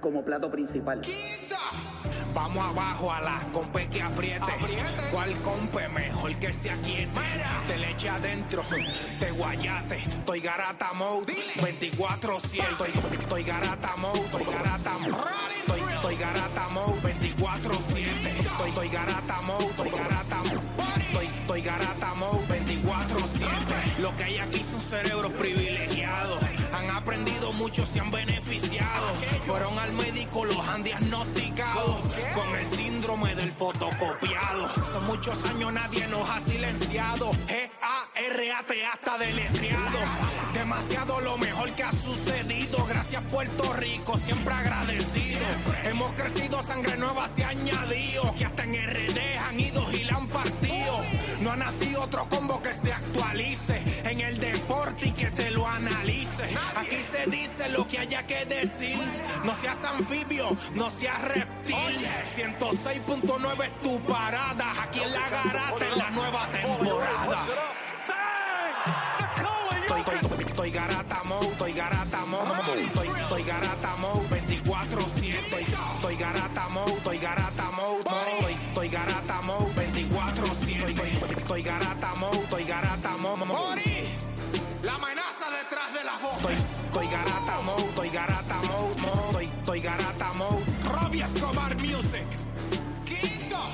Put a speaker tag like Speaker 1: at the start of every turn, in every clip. Speaker 1: como plato principal.
Speaker 2: Vamos abajo a la compe que apriete. ¿Cuál compe mejor que se aquiete? Te le eche adentro, te guayate. Estoy garata mode, 24-7. Estoy, estoy garata mode, estoy garata mode. Estoy, estoy garata mode, 24-7. Estoy, estoy garata mode, estoy garata mode. Estoy, estoy garata mode, 24-7. Lo que hay aquí son cerebros privilegiados. Han aprendido mucho, se han beneficiado. Fueron al médico, los han diagnosticado con el síndrome del fotocopiado. Son muchos años, nadie nos ha silenciado. G-A-R-A-T hasta deletreado. Demasiado lo mejor que ha sucedido. Gracias, Puerto Rico, siempre agradecido. Hemos crecido, sangre nueva se ha añadido. Que hasta en RD han ido y la han partido. No ha nacido otro combo que se actualice en el deporte y que te lo analice. Aquí se dice lo que haya que decir. No seas anfibio, no seas reptil. 106.9 es tu parada. Aquí en la garata en la nueva temporada. Estoy, estoy, estoy garata mode, estoy garata mode. Estoy, estoy garata mode 24-7. Estoy, estoy garata mode, estoy garata mode. Estoy, estoy garata mode 24-7. Estoy, estoy garata mode, estoy garata mode. La amenaza detrás de las voces. Estoy, estoy garata mode, estoy garata mode, mode. Estoy, estoy garata mode. Robbie Escobar Music. Quinto.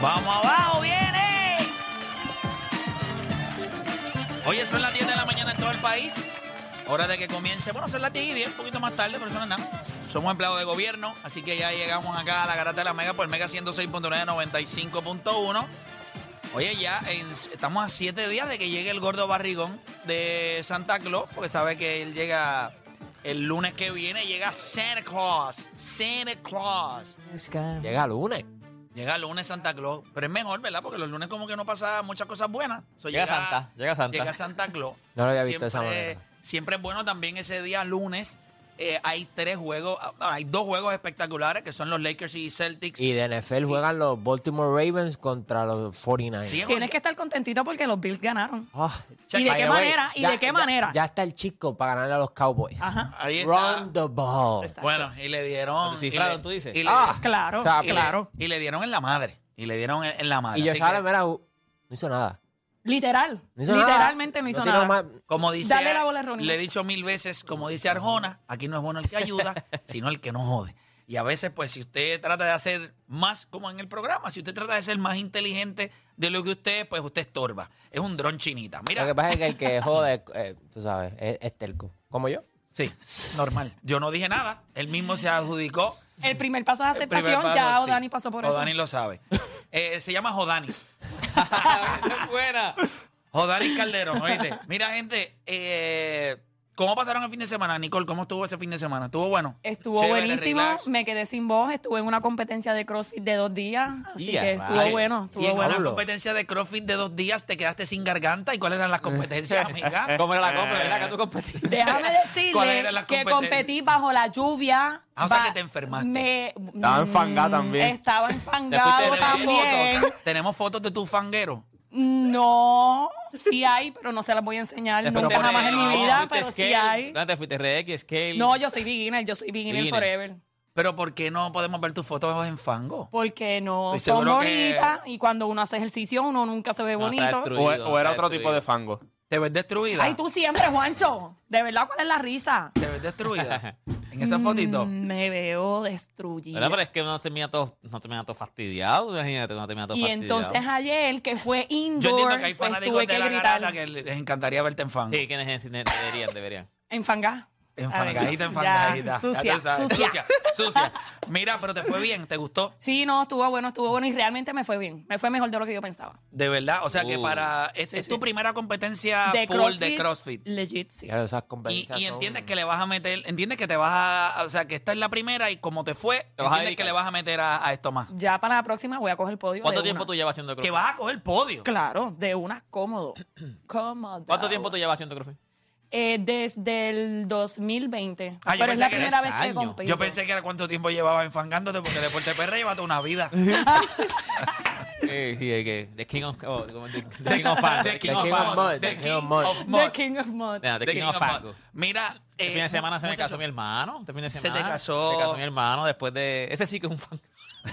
Speaker 3: Vamos abajo, viene. Oye, son las 10 de la mañana en todo el país. Hora de que comience. Bueno, son las 10 y 10, un poquito más tarde, pero eso no es nada. Somos empleados de gobierno, así que ya llegamos acá a la garata de la Mega por Mega 106.9, 95.1. Oye, ya en- estamos a 7 días de que llegue el gordo barrigón de Santa Claus, porque sabe que él llega el lunes que viene, llega Santa Claus. Santa Claus.
Speaker 4: Llega lunes.
Speaker 3: Llega el lunes Santa Claus, pero es mejor, ¿verdad? Porque los lunes como que no pasa muchas cosas buenas. So,
Speaker 4: Llega Santa, llega Santa.
Speaker 3: Llega Santa Claus.
Speaker 4: No lo había visto de esa manera.
Speaker 3: Siempre es bueno también ese día lunes. eh, hay tres juegos, ah, hay dos juegos espectaculares que son los Lakers y Celtics.
Speaker 4: Y de NFL juegan los Baltimore Ravens contra los 49ers.
Speaker 3: Sí, es
Speaker 5: Tienes que estar contentito porque los Bills ganaron.
Speaker 4: Ah,
Speaker 5: ¿Y de
Speaker 4: by
Speaker 5: qué
Speaker 4: the
Speaker 5: manera? ¿Y de qué manera?
Speaker 4: Ya está el chico para ganarle a los Cowboys.
Speaker 3: Ahí está.
Speaker 4: Run the ball.
Speaker 3: Bueno, y le dieron.
Speaker 6: descifraron,
Speaker 3: y le-
Speaker 6: tú dices.
Speaker 3: y le-
Speaker 4: Ah,
Speaker 5: Claro,
Speaker 4: sabe.
Speaker 3: y le-
Speaker 5: claro.
Speaker 3: Y le dieron en la madre. Y le dieron en en la madre.
Speaker 4: Y yo
Speaker 3: Así
Speaker 4: sabe,
Speaker 3: que,
Speaker 4: mira, uh, no hizo nada.
Speaker 5: Literal.
Speaker 4: No hizo
Speaker 5: Literalmente
Speaker 4: nada.
Speaker 5: no hizo
Speaker 4: tiró
Speaker 5: nada.
Speaker 4: más-
Speaker 3: como dice.
Speaker 5: Dale la bola a Ronnie.
Speaker 3: Le he dicho mil veces, como dice Arjona, aquí no es bueno el que ayuda, sino el que no jode. Y a veces, pues, si usted trata de hacer más, como en el programa, si usted trata de ser más inteligente de lo que usted es, pues usted estorba. Es un dron chinita.
Speaker 4: Lo que
Speaker 3: Mira,
Speaker 4: pasa es que el que jode, eh, tú sabes, es, es terco. Como yo.
Speaker 3: sí, normal. Yo no dije nada, él mismo se adjudicó.
Speaker 5: El primer paso es
Speaker 3: el primer
Speaker 5: aceptación.
Speaker 3: paso,
Speaker 5: ya
Speaker 3: sí.
Speaker 5: Odani pasó por eso.
Speaker 3: Odani lo sabe. Eh, se llama Jodani.
Speaker 6: buena.
Speaker 3: Jodanis Calderón, oíste. Mira, gente, eh, ¿Cómo pasaron el fin de semana, Nicole? ¿Cómo estuvo ese fin de semana? ¿Estuvo bueno?
Speaker 5: Estuvo
Speaker 3: Chévere,
Speaker 5: buenísimo,
Speaker 3: relax.
Speaker 5: me quedé sin voz, estuve en una competencia de CrossFit de dos días, así
Speaker 7: Ya,
Speaker 5: que estuvo
Speaker 7: vale.
Speaker 5: bueno, estuvo
Speaker 3: y en
Speaker 5: bueno.
Speaker 3: una
Speaker 7: Pablo.
Speaker 3: competencia de CrossFit de dos días te quedaste sin garganta. ¿Y cuáles
Speaker 5: Eh.
Speaker 3: eran las competencias, amiga?
Speaker 7: Eh, ¿Cómo era la compra, verdad? Que tú competiste.
Speaker 5: Déjame
Speaker 3: ¿Cuáles
Speaker 5: decirle
Speaker 3: eran las
Speaker 5: que
Speaker 3: competencias?
Speaker 5: competí bajo la lluvia.
Speaker 3: Ah, o sea
Speaker 5: ba-
Speaker 3: que te enfermaste.
Speaker 5: me-
Speaker 2: Estaba enfangada
Speaker 5: mm,
Speaker 2: también.
Speaker 5: Estaba
Speaker 7: Te
Speaker 5: enfangado
Speaker 7: fuiste de
Speaker 5: también.
Speaker 3: fotos. Tenemos fotos de tu fanguero.
Speaker 5: No, sí hay, pero no se las voy a
Speaker 3: Eh,
Speaker 5: enseñar
Speaker 7: Pero
Speaker 5: nunca
Speaker 7: por-
Speaker 5: jamás en
Speaker 7: no,
Speaker 5: mi vida,
Speaker 7: fuiste
Speaker 5: pero sí
Speaker 7: Scale.
Speaker 5: hay.
Speaker 7: ¿Dónde te fuiste? RX, Scale.
Speaker 5: No, yo soy beginner, yo soy beginner
Speaker 7: Beginner.
Speaker 5: forever.
Speaker 3: Pero ¿por qué no podemos ver tus fotos en fango?
Speaker 5: Porque no
Speaker 3: Estoy
Speaker 5: son
Speaker 3: seguro que-
Speaker 5: bonitas y cuando uno hace ejercicio uno nunca se ve
Speaker 7: No, está
Speaker 5: bonito.
Speaker 7: destruido,
Speaker 2: O, o era
Speaker 7: está
Speaker 2: otro tipo
Speaker 7: destruido.
Speaker 2: de fango.
Speaker 3: ¿Te ves destruida?
Speaker 5: Ay, tú siempre, Juancho. De verdad, ¿cuál es la risa?
Speaker 3: ¿Te ves destruida? En esa fotito.
Speaker 5: Mm, Me veo destruida.
Speaker 7: ¿Verdad? Pero es que uno termina todo, no termina todo fastidiado, imagínate, uno termina todo
Speaker 5: Y
Speaker 7: fastidiado.
Speaker 5: entonces ayer, que fue
Speaker 3: Yo
Speaker 5: indoor,
Speaker 3: entiendo que hay
Speaker 5: pues
Speaker 3: fanáticos de
Speaker 5: tuve que
Speaker 3: la garata
Speaker 5: gritar.
Speaker 3: que les encantaría verte en fango.
Speaker 7: Sí, que neces- ne- deberían, deberían.
Speaker 5: En fangá.
Speaker 3: Enfangadita,
Speaker 5: Ya,
Speaker 3: enfangadita.
Speaker 5: sucia,
Speaker 3: Ya tú sabes,
Speaker 5: sucia.
Speaker 3: sucia. Mira, pero te fue bien, te gustó.
Speaker 5: Sí, no, estuvo bueno, estuvo bueno y realmente me fue bien. Me fue mejor de lo que yo pensaba.
Speaker 3: De verdad, o sea que
Speaker 7: Uh.
Speaker 3: para. Es, es tu primera competencia
Speaker 5: De
Speaker 3: full
Speaker 5: CrossFit.
Speaker 3: de CrossFit.
Speaker 5: Legit, sí.
Speaker 7: Ya, esas
Speaker 3: Y,
Speaker 7: competencias
Speaker 3: y
Speaker 7: son-
Speaker 3: entiendes que le vas a meter, entiendes que te vas a. O sea, que esta es la primera y como te fue,
Speaker 7: Te vas a
Speaker 3: entiendes que
Speaker 7: dedicar.
Speaker 3: le vas a meter a, a esto más.
Speaker 5: Ya para la próxima voy a coger el podio.
Speaker 7: ¿Cuánto
Speaker 5: de
Speaker 7: tiempo
Speaker 5: una.
Speaker 7: tú llevas haciendo
Speaker 3: Que
Speaker 7: crossfit?
Speaker 3: vas a coger podio.
Speaker 5: Claro, de una cómodo. cómodo.
Speaker 7: ¿Cuánto tiempo tú llevas haciendo crossfit?
Speaker 5: Eh, desde el 2020.
Speaker 3: Ah, yo
Speaker 5: pero es
Speaker 3: pensé
Speaker 5: la
Speaker 3: que era
Speaker 5: primera
Speaker 7: ese
Speaker 5: vez que
Speaker 7: año.
Speaker 5: compito.
Speaker 3: Yo pensé que era cuánto tiempo llevabas enfangándote porque Deporte PR lleva toda una vida.
Speaker 7: Sí, sí, hay que. The King of. oh, como The the King of Fan. The King
Speaker 3: The
Speaker 7: of
Speaker 3: King
Speaker 7: Fan.
Speaker 3: of
Speaker 7: Mira,
Speaker 3: Mod, The
Speaker 7: The
Speaker 3: King
Speaker 7: King
Speaker 3: of
Speaker 7: of
Speaker 3: Mod.
Speaker 5: The King of Mod.
Speaker 7: The King of Fango.
Speaker 3: Mira,
Speaker 7: Este
Speaker 3: eh,
Speaker 7: fin de semana se me
Speaker 3: muchacho,
Speaker 7: casó mi hermano. Este fin de
Speaker 3: Se te
Speaker 7: semana.
Speaker 3: casó.
Speaker 7: Se casó mi hermano después de. Ese sí que es un fan.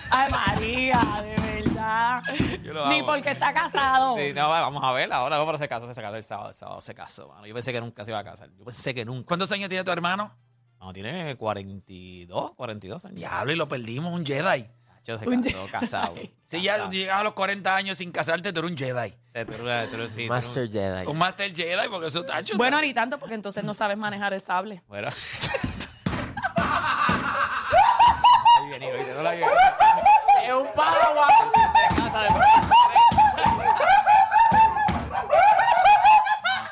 Speaker 5: Ay, María, de verdad.
Speaker 7: Yo lo
Speaker 5: Ni
Speaker 7: amo.
Speaker 5: porque está casado.
Speaker 7: Sí, no, vamos a ver ahora, no, pero se casó, se casó el sábado, el sábado se casó, mano. Yo pensé que nunca se iba a casar. Yo pensé que nunca.
Speaker 3: ¿Cuántos años tiene tu hermano?
Speaker 7: No, tiene 42, 42 años.
Speaker 3: Diablo, y lo perdimos, un Jedi.
Speaker 7: Yo se
Speaker 5: Un
Speaker 7: casó,
Speaker 5: día-
Speaker 7: casado.
Speaker 3: Si ya
Speaker 7: Casado.
Speaker 3: llegas a los 40 años sin casarte, tú eres un Jedi.
Speaker 7: Eh, tú eres- tú eres- sí, tú eres- Bueno. Bueno. Sí,
Speaker 2: Master
Speaker 7: sí,
Speaker 2: Jedi.
Speaker 3: Un Master Jedi, porque eso está hecho.
Speaker 5: Bueno, ni tanto porque entonces no sabes manejar el sable.
Speaker 7: Bueno. Ahí viene, ahí viene, no la vi.
Speaker 2: Es un paro,
Speaker 7: Se casa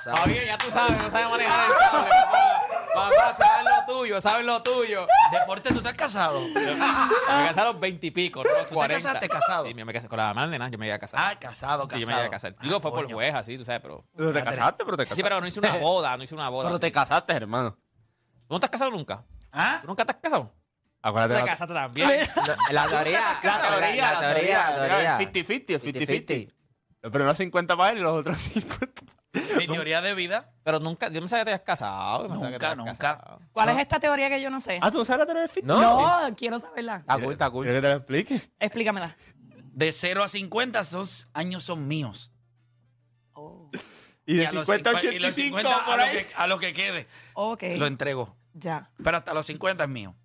Speaker 7: de- Javier, ya tú sabes, no sabes manejar el sable. Papá, Papá, sabes lo tuyo, sabes lo tuyo.
Speaker 3: Deporte, tú estás casado.
Speaker 7: Me casaron 20 y pico, no
Speaker 3: te
Speaker 7: 40.
Speaker 3: casaste casado?
Speaker 7: Sí, yo me casé con la mamá de nena, yo me iba a casar.
Speaker 3: Ah, casado, casado. Ah,
Speaker 7: sí, yo me iba a casar. Digo, fue por
Speaker 3: coño.
Speaker 7: juez, así, tú sabes, pero...
Speaker 2: Te casaste, pero te
Speaker 7: Sí,
Speaker 2: casaste.
Speaker 7: pero no hice una boda, no hice una boda.
Speaker 2: Pero te casaste, hermano.
Speaker 7: ¿Tú no te has casado nunca?
Speaker 3: ¿Ah?
Speaker 7: ¿Tú nunca te has casado? Tú
Speaker 2: Acuérdate.
Speaker 7: te
Speaker 2: la-
Speaker 7: casaste también. La teoría,
Speaker 2: la teoría, la teoría,
Speaker 7: la
Speaker 2: Era el 50-50, el 50-50. Los primeros 50 para él y los otros 50.
Speaker 3: Mi teoría de vida.
Speaker 7: Pero nunca, yo me sabía que te habías casado. yo me sabía que te
Speaker 3: Nunca,
Speaker 7: habías
Speaker 3: nunca.
Speaker 7: casado.
Speaker 5: ¿Cuál es esta teoría que yo no sé?
Speaker 2: Ah, ¿tú no sabes la teoría del 50?
Speaker 7: No.
Speaker 5: No, quiero saberla.
Speaker 7: Está cool, está cool.
Speaker 2: ¿Quieres que te la explique?
Speaker 5: Explícamela.
Speaker 3: De 0 a 50, esos años son míos.
Speaker 5: Oh,
Speaker 2: Y de
Speaker 3: a los
Speaker 2: 50 a
Speaker 3: 50 y los
Speaker 2: 85
Speaker 3: 50
Speaker 2: por
Speaker 3: a
Speaker 2: ahí.
Speaker 3: Lo que, a lo que quede,
Speaker 5: ok,
Speaker 3: lo entrego.
Speaker 5: ya,
Speaker 3: Pero hasta los 50 es mío.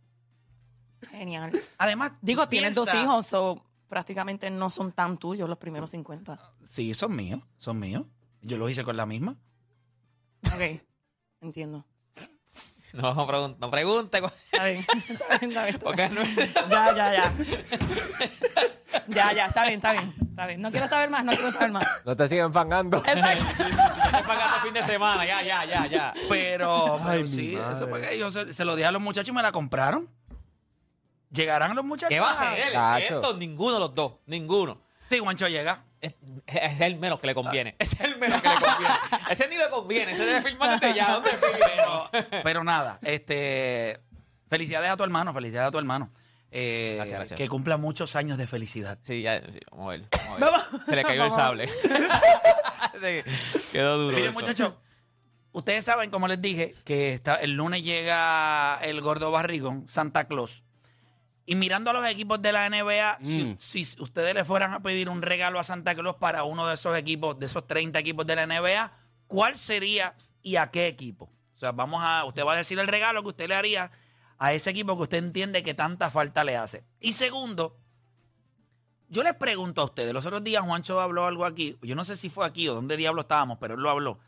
Speaker 5: genial.
Speaker 3: Además,
Speaker 5: Digo, tienes dos
Speaker 3: piensa-
Speaker 5: hijos, so prácticamente no son tan tuyos los primeros 50.
Speaker 3: Sí, son míos, son míos. Yo los hice con la misma.
Speaker 5: Ok, entiendo.
Speaker 7: No, no pregun- no pregunte. cu-
Speaker 5: Está bien, está bien, está bien.
Speaker 7: Porque no
Speaker 5: Ya, ya, ya. Ya, ya, está bien, está bien, está bien. No quiero saber más, no quiero saber más.
Speaker 7: No te siguen fangando.
Speaker 5: Exacto.
Speaker 7: Te fangaste fin de semana, ya, ya, ya, ya.
Speaker 3: Pero,
Speaker 2: Ay,
Speaker 3: pero
Speaker 2: mi
Speaker 3: sí, eso
Speaker 2: madre.
Speaker 3: fue que yo se, se lo dije a los muchachos y me la compraron. ¿Llegarán los muchachos?
Speaker 7: ¿Qué va a ser él? Cacho.
Speaker 2: Esto,
Speaker 7: ninguno de los dos, ninguno.
Speaker 3: Sí, Juancho llega.
Speaker 7: Es, es el menos que le conviene. Ah. Es el menos que le conviene. Ese ni le conviene. Ese debe firmar desde ya. ¿Dónde firma?
Speaker 3: Pero, pero nada, este felicidades a tu hermano, felicidades a tu hermano. Eh,
Speaker 7: Gracias, gracias.
Speaker 3: Que cumpla muchos años de felicidad.
Speaker 7: Sí, ya. sí, vamos a ver. vamos a ver. Se le cayó el sable. Sí, quedó duro.
Speaker 3: Miren,
Speaker 7: eso.
Speaker 3: muchachos, ustedes saben, como les dije, que está- el lunes llega el gordo barrigón, Santa Claus. Y mirando a los equipos de la NBA,
Speaker 2: Mm.
Speaker 3: si, si ustedes le fueran a pedir un regalo a Santa Claus para uno de esos equipos, de esos 30 equipos de la NBA, ¿cuál sería y a qué equipo? O sea, vamos a, usted va a decir el regalo que usted le haría a ese equipo que usted entiende que tanta falta le hace. Y segundo, yo les pregunto a ustedes, los otros días Juancho habló algo aquí, yo no sé si fue aquí o dónde diablo estábamos, pero él lo habló.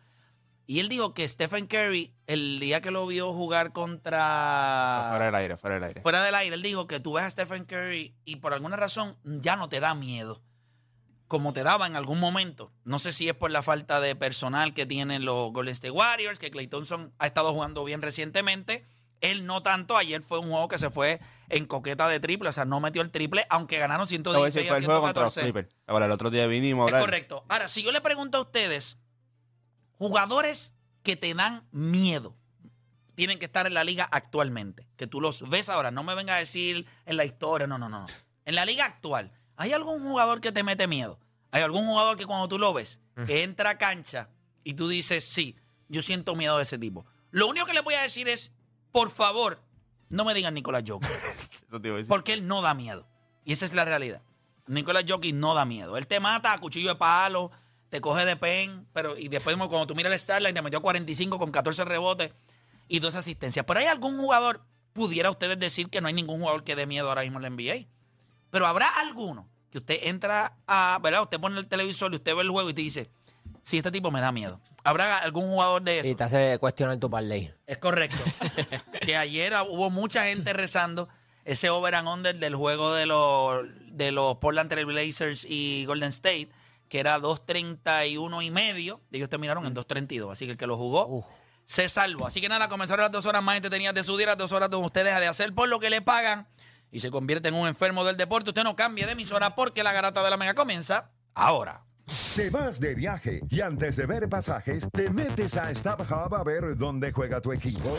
Speaker 3: Y él dijo que Stephen Curry, el día que lo vio jugar
Speaker 2: Fuera
Speaker 3: contra...
Speaker 2: del aire, fuera del aire.
Speaker 3: Fuera del aire, él dijo que tú ves a Stephen Curry y por alguna razón ya no te da miedo. como te daba en algún momento. No sé si es por la falta de personal que tienen los Golden State Warriors, que Clay Thompson ha estado jugando bien recientemente. Él no tanto. Ayer fue un juego que se fue en coqueta de triple, o sea, no metió el triple, aunque ganaron
Speaker 2: Te voy a decir,
Speaker 3: 116
Speaker 2: fue
Speaker 3: a
Speaker 2: el juego contra los
Speaker 3: 114.
Speaker 2: Clippers. Ahora, el otro día vinimos a
Speaker 3: Es
Speaker 2: hablar.
Speaker 3: correcto. Ahora, si yo le pregunto a ustedes, jugadores que te dan miedo tienen que estar en la liga actualmente, que tú los ves ahora, no me venga a decir en la historia, no, no, no. no. En la liga actual, ¿hay algún jugador que te mete miedo? ¿Hay algún jugador que cuando tú lo ves, que entra a cancha y tú dices, sí, yo siento miedo de ese tipo? Lo único que les voy a decir es, por favor, no me digan Nicolás Jokic.
Speaker 2: Eso te iba a decir.
Speaker 3: Porque él no da miedo. Y esa es la realidad. Nicolás Jokic no da miedo. Él te mata a cuchillo de palo, te coge de pen, pero y después cuando tú miras el Starline te metió 45 con 14 rebotes y dos asistencias. Pero hay algún jugador, pudiera ustedes decir que no hay ningún jugador que dé miedo ahora mismo en la NBA. Pero habrá alguno que usted entra a, ¿verdad? Usted pone el televisor y usted ve el juego y te dice, sí, este tipo me da miedo. ¿Habrá algún jugador de eso?
Speaker 4: Y te hace cuestionar tu parlay.
Speaker 3: Es correcto. que ayer hubo mucha gente rezando ese over and under del juego de los, de los Portland Trail Blazers y Golden State, que era 2.31 y medio. Y ellos terminaron en 2.32. Así que el que lo jugó
Speaker 4: Uf.
Speaker 3: se salvó. Así que nada, comenzaron las dos horas más entretenidas de su día, las dos horas donde usted deja de hacer por lo que le pagan y se convierte en un enfermo del deporte. Usted no cambie de emisora porque la garata de la mega comienza ahora.
Speaker 1: Te vas de viaje y antes de ver pasajes, te metes a StubHub a ver dónde juega tu equipo.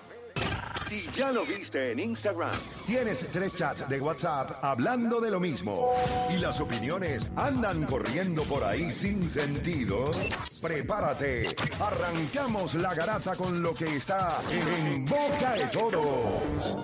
Speaker 1: Si ya lo viste en Instagram, tienes tres chats de WhatsApp hablando de lo mismo y las opiniones andan corriendo por ahí sin sentido, prepárate. Arrancamos la garata con lo que está en boca de todos.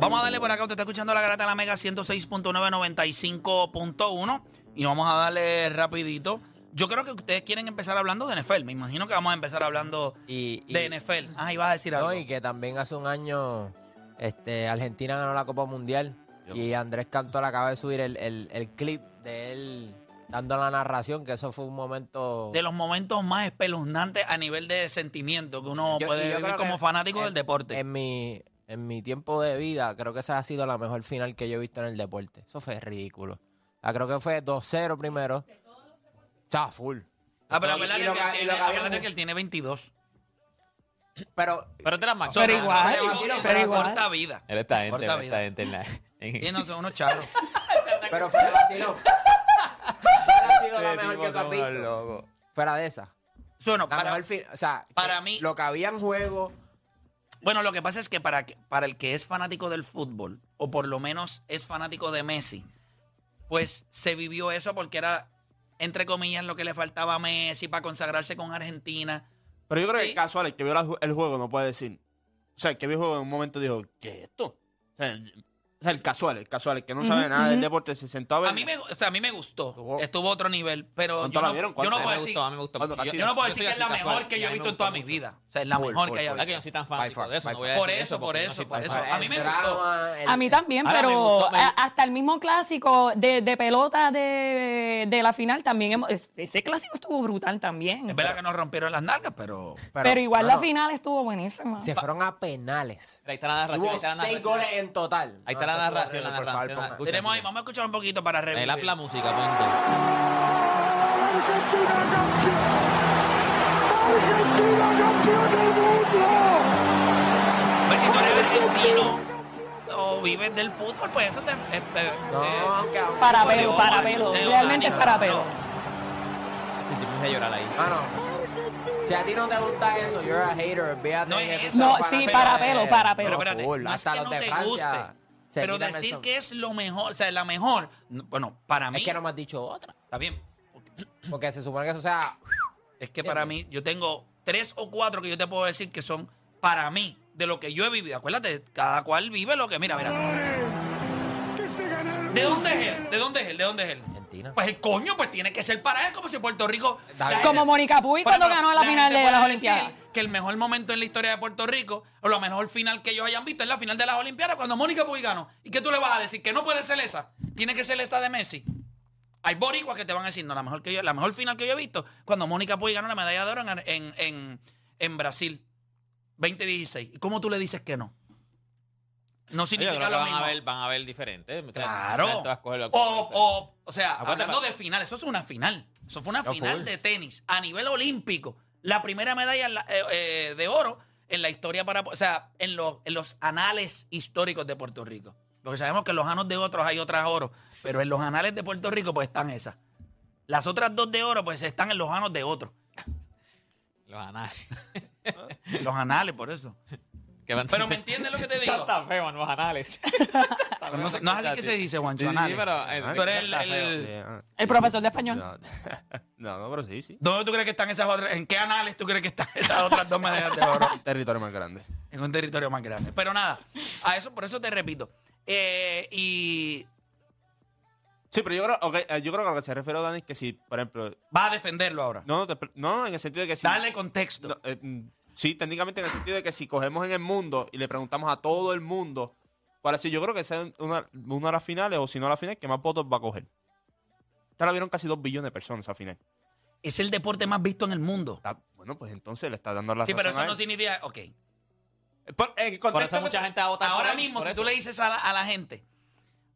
Speaker 3: Vamos a darle por acá. Usted está escuchando la garata de la Mega 106.995.1 y nos vamos a darle rapidito. Yo creo que ustedes quieren empezar hablando de NFL. Me imagino que vamos a empezar hablando
Speaker 4: Y, y-
Speaker 3: de NFL. Ah, y vas a decir algo.
Speaker 4: no, y que también hace un año este, Argentina ganó la Copa Mundial y Andrés Cantor acaba de subir el, el- el clip de él dando la narración, que eso fue un momento...
Speaker 3: De los momentos más espeluznantes a nivel de sentimiento que uno
Speaker 4: Yo- y
Speaker 3: puede
Speaker 4: yo
Speaker 3: vivir
Speaker 4: creo
Speaker 3: como
Speaker 4: que
Speaker 3: fanático
Speaker 4: en-
Speaker 3: del deporte.
Speaker 4: En mi, en mi tiempo de vida, creo que esa ha sido la mejor final que yo he visto en el deporte. Eso fue ridículo. Ah, creo que fue 2-0 primero. Está full.
Speaker 3: ah, pero
Speaker 4: y-
Speaker 3: acuérdate
Speaker 4: y lo
Speaker 3: que,
Speaker 4: que-
Speaker 3: él
Speaker 4: y
Speaker 3: tiene-
Speaker 4: lo que había-
Speaker 3: acuérdate que él tiene 22.
Speaker 4: Pero
Speaker 7: Pero te las macho.
Speaker 5: Pero
Speaker 3: Son-
Speaker 5: igual,
Speaker 3: son-
Speaker 5: pero
Speaker 3: pero
Speaker 5: igual.
Speaker 3: corta vida.
Speaker 7: Él está gente,
Speaker 3: corta
Speaker 7: él
Speaker 3: vida.
Speaker 7: está gente en la... en-
Speaker 3: Y no son unos charros.
Speaker 4: Pero fuera vacilón. Fuera ha sido la
Speaker 7: Este
Speaker 4: mejor
Speaker 7: tipo
Speaker 4: que tú has
Speaker 7: son unos
Speaker 4: visto.
Speaker 7: locos.
Speaker 4: Fuera de esa.
Speaker 3: Bueno,
Speaker 4: La
Speaker 3: para-
Speaker 4: mejor fin- O sea,
Speaker 3: para
Speaker 4: que
Speaker 3: mí-
Speaker 4: Lo que había en juego.
Speaker 3: Bueno, lo que pasa es que para, que- para el que es fanático del fútbol, o por lo menos es fanático de Messi, pues se vivió eso porque era, entre comillas, lo que le faltaba a Messi para consagrarse con Argentina.
Speaker 2: Pero yo creo que
Speaker 3: Sí.
Speaker 2: el casual, el que vio la ju- el juego, no puede decir. O sea, el que vio el juego en un momento dijo, ¿qué es esto? O sea, el- o sea, el casual, el casual, el que no sabe nada del deporte, se sentó a ver.
Speaker 3: A mí me, o sea, a mí me gustó,
Speaker 2: Estuvo-
Speaker 3: estuvo a otro nivel, pero
Speaker 2: ¿Cuánto
Speaker 3: yo
Speaker 2: la
Speaker 3: no,
Speaker 2: vieron?
Speaker 3: yo no
Speaker 2: ¿Cuánto?
Speaker 7: A mí
Speaker 3: puedo
Speaker 7: me
Speaker 3: decir,
Speaker 7: gustó, a mí me gustó
Speaker 2: Cuando
Speaker 7: mucho.
Speaker 2: casi-
Speaker 3: yo no puedo
Speaker 7: soy
Speaker 3: decir que es
Speaker 7: así
Speaker 3: la
Speaker 7: casual,
Speaker 3: mejor que
Speaker 7: y
Speaker 3: yo
Speaker 7: a
Speaker 3: he
Speaker 7: mí me
Speaker 3: visto en
Speaker 7: gustó
Speaker 3: toda mi
Speaker 7: mucho.
Speaker 3: vida. O sea, es la
Speaker 4: Full,
Speaker 3: mejor que
Speaker 4: full,
Speaker 3: haya
Speaker 4: full.
Speaker 7: Es que yo
Speaker 3: visto.
Speaker 7: no soy tan
Speaker 4: By
Speaker 7: fanático
Speaker 4: far,
Speaker 7: de eso.
Speaker 4: by
Speaker 7: No voy a
Speaker 4: far.
Speaker 7: decir
Speaker 3: Por eso,
Speaker 7: eso.
Speaker 3: por
Speaker 7: porque no
Speaker 3: eso,
Speaker 7: soy
Speaker 3: por
Speaker 7: tan
Speaker 3: eso.
Speaker 7: fan.
Speaker 3: A mí me
Speaker 4: el
Speaker 3: gustó.
Speaker 4: drama, el-
Speaker 5: A mí también,
Speaker 7: Ahora me
Speaker 5: pero
Speaker 7: gustó, me-
Speaker 5: a- hasta el mismo clásico de, de pelota de, de la final también. hemos- es- ese clásico estuvo brutal también.
Speaker 3: Es
Speaker 5: Pero,
Speaker 3: verdad que nos rompieron las nalgas, pero...
Speaker 5: igual
Speaker 4: no,
Speaker 5: la
Speaker 4: no,
Speaker 5: final estuvo buenísima.
Speaker 4: Se fueron a penales.
Speaker 7: Ahí está la narración.
Speaker 4: Hubo
Speaker 7: Ahí está la
Speaker 4: seis
Speaker 7: narración.
Speaker 4: goles en total.
Speaker 7: Ahí está la
Speaker 4: No, eso fue
Speaker 7: narración, la
Speaker 4: horrible, por favor,
Speaker 7: narración.
Speaker 4: ponga-
Speaker 7: Escucha,
Speaker 3: Tenemos ahí,
Speaker 7: mira.
Speaker 3: vamos a escuchar un poquito para
Speaker 7: El
Speaker 3: revivir.
Speaker 7: app la música, ponte.
Speaker 3: Pues si tú eres argentino o vives del fútbol, pues eso te... eh, es- es-
Speaker 4: No,
Speaker 3: es-
Speaker 4: aunque aún-
Speaker 5: Para
Speaker 3: Bueno,
Speaker 5: pelo,
Speaker 3: no,
Speaker 5: para
Speaker 3: macho,
Speaker 5: pelo.
Speaker 3: de
Speaker 5: Realmente es
Speaker 3: Dani,
Speaker 5: para
Speaker 3: no.
Speaker 5: pelo.
Speaker 7: Si te puse a llorar ahí.
Speaker 3: Ah,
Speaker 4: Mano, si a ti no te gusta eso, you're a hater. Véate
Speaker 3: No es
Speaker 4: que tú
Speaker 3: eso.
Speaker 4: eres
Speaker 3: No,
Speaker 4: fanático
Speaker 5: sí,
Speaker 4: de-
Speaker 5: para pelo, para
Speaker 3: Pero
Speaker 4: No,
Speaker 5: pelo.
Speaker 3: espérate,
Speaker 4: full,
Speaker 3: no es
Speaker 4: hasta
Speaker 3: que
Speaker 4: los
Speaker 3: no
Speaker 4: de
Speaker 3: te
Speaker 4: Francia.
Speaker 3: guste,
Speaker 4: se
Speaker 3: pero
Speaker 4: quitan
Speaker 3: decir
Speaker 4: eso.
Speaker 3: que es lo mejor, o sea, la mejor, no, bueno, para mí,
Speaker 4: Es que no me has dicho otra.
Speaker 3: está bien,
Speaker 4: Porque se supone que eso sea.
Speaker 3: es que para mí, yo tengo tres o cuatro que yo te puedo decir que son para mí, de lo que yo he vivido, acuérdate, cada cual vive lo que, mira, mira. ¿De dónde es él? ¿De dónde es él? ¿De dónde es él?
Speaker 4: Argentina.
Speaker 3: Pues el coño, pues tiene que ser para él, como si Puerto Rico...
Speaker 4: Está
Speaker 3: la-
Speaker 4: bien.
Speaker 5: Como Mónica Puy
Speaker 3: Por
Speaker 5: cuando
Speaker 3: ejemplo,
Speaker 5: ganó la, final
Speaker 3: gente
Speaker 5: de las
Speaker 3: puede
Speaker 5: Olimpiadas.
Speaker 3: decir Que el mejor momento en la historia de Puerto Rico, o la mejor final que ellos hayan visto, es la final de las Olimpiadas, cuando Mónica Puig ganó. ¿Y qué tú le vas a decir? Que no puede ser esa. Tiene que ser esta de Messi. Hay boricuas que te van a decir, no, la mejor, que yo, la mejor final que yo he visto, cuando Mónica Puig ganó la medalla de oro en, en, en, en Brasil, 2016. ¿Y ¿Cómo tú le dices que no? No
Speaker 7: Yo creo
Speaker 3: significa
Speaker 7: que
Speaker 3: lo
Speaker 7: van
Speaker 3: mismo.
Speaker 7: a ver, van a ver diferente.
Speaker 3: Claro. Oh,
Speaker 7: Te vas a cogerlo
Speaker 3: O,
Speaker 7: como dice.
Speaker 3: o, o sea,
Speaker 7: Acuérdate,
Speaker 3: hablando
Speaker 7: pa-
Speaker 3: de final, eso es una final. Eso fue una
Speaker 4: No,
Speaker 3: final
Speaker 4: full.
Speaker 3: de tenis a nivel olímpico. La primera medalla en la- eh, eh, de oro en la historia para, o sea, en los, en los anales históricos de Puerto Rico. Porque sabemos que en los anos de otros hay otras oro, pero en los anales de Puerto Rico pues están esas. Las otras dos de oro pues están en los anos de otros.
Speaker 7: Los anales.
Speaker 3: Los anales, por eso.
Speaker 7: Que van-
Speaker 3: Pero me entiendes lo que te digo.
Speaker 7: Está feo en los anales.
Speaker 3: Pero no, sé- no es así que se dice, Juancho,
Speaker 7: Sí, sí,
Speaker 3: anales. Ah,
Speaker 7: pero, eh,
Speaker 3: Tú eres el-
Speaker 7: está feo.
Speaker 3: el,
Speaker 4: ah.
Speaker 5: El profesor de español.
Speaker 2: No, Pues, no, no, pero sí, sí.
Speaker 3: ¿Dónde tú crees que están esas otras? ¿En qué anales tú crees que están esas otras dos medallas de oro?
Speaker 2: Territorio más grande.
Speaker 3: En un territorio más grande. Pero nada, a eso, por eso te repito. Eh, y
Speaker 2: Sí, pero yo creo, ok, eh, yo creo que a lo que se refiere Dani es que si, por ejemplo,
Speaker 3: va a defenderlo ahora.
Speaker 2: no, no, te pre- no, en el sentido de que si...
Speaker 3: Dale contexto.
Speaker 2: No, eh, mm, sí, técnicamente en el sentido de que si cogemos en el mundo y le preguntamos a todo el mundo, para decir, yo creo que esa es una, una de las finales, o si no la final, que más votos va a coger. Esta la vieron casi dos billones de personas esa final.
Speaker 3: Es el deporte más visto en el mundo.
Speaker 2: La- bueno, pues entonces le está dando la
Speaker 3: Sí, pero
Speaker 2: razón
Speaker 3: eso
Speaker 2: a
Speaker 3: no
Speaker 2: él.
Speaker 3: significa. Ok.
Speaker 2: Por, eh, en contexto-
Speaker 7: Por eso mucha gente ha votado.
Speaker 3: Ahora
Speaker 7: por él,
Speaker 3: mismo,
Speaker 7: por
Speaker 3: si
Speaker 7: eso.
Speaker 3: tú le dices a la, a la gente,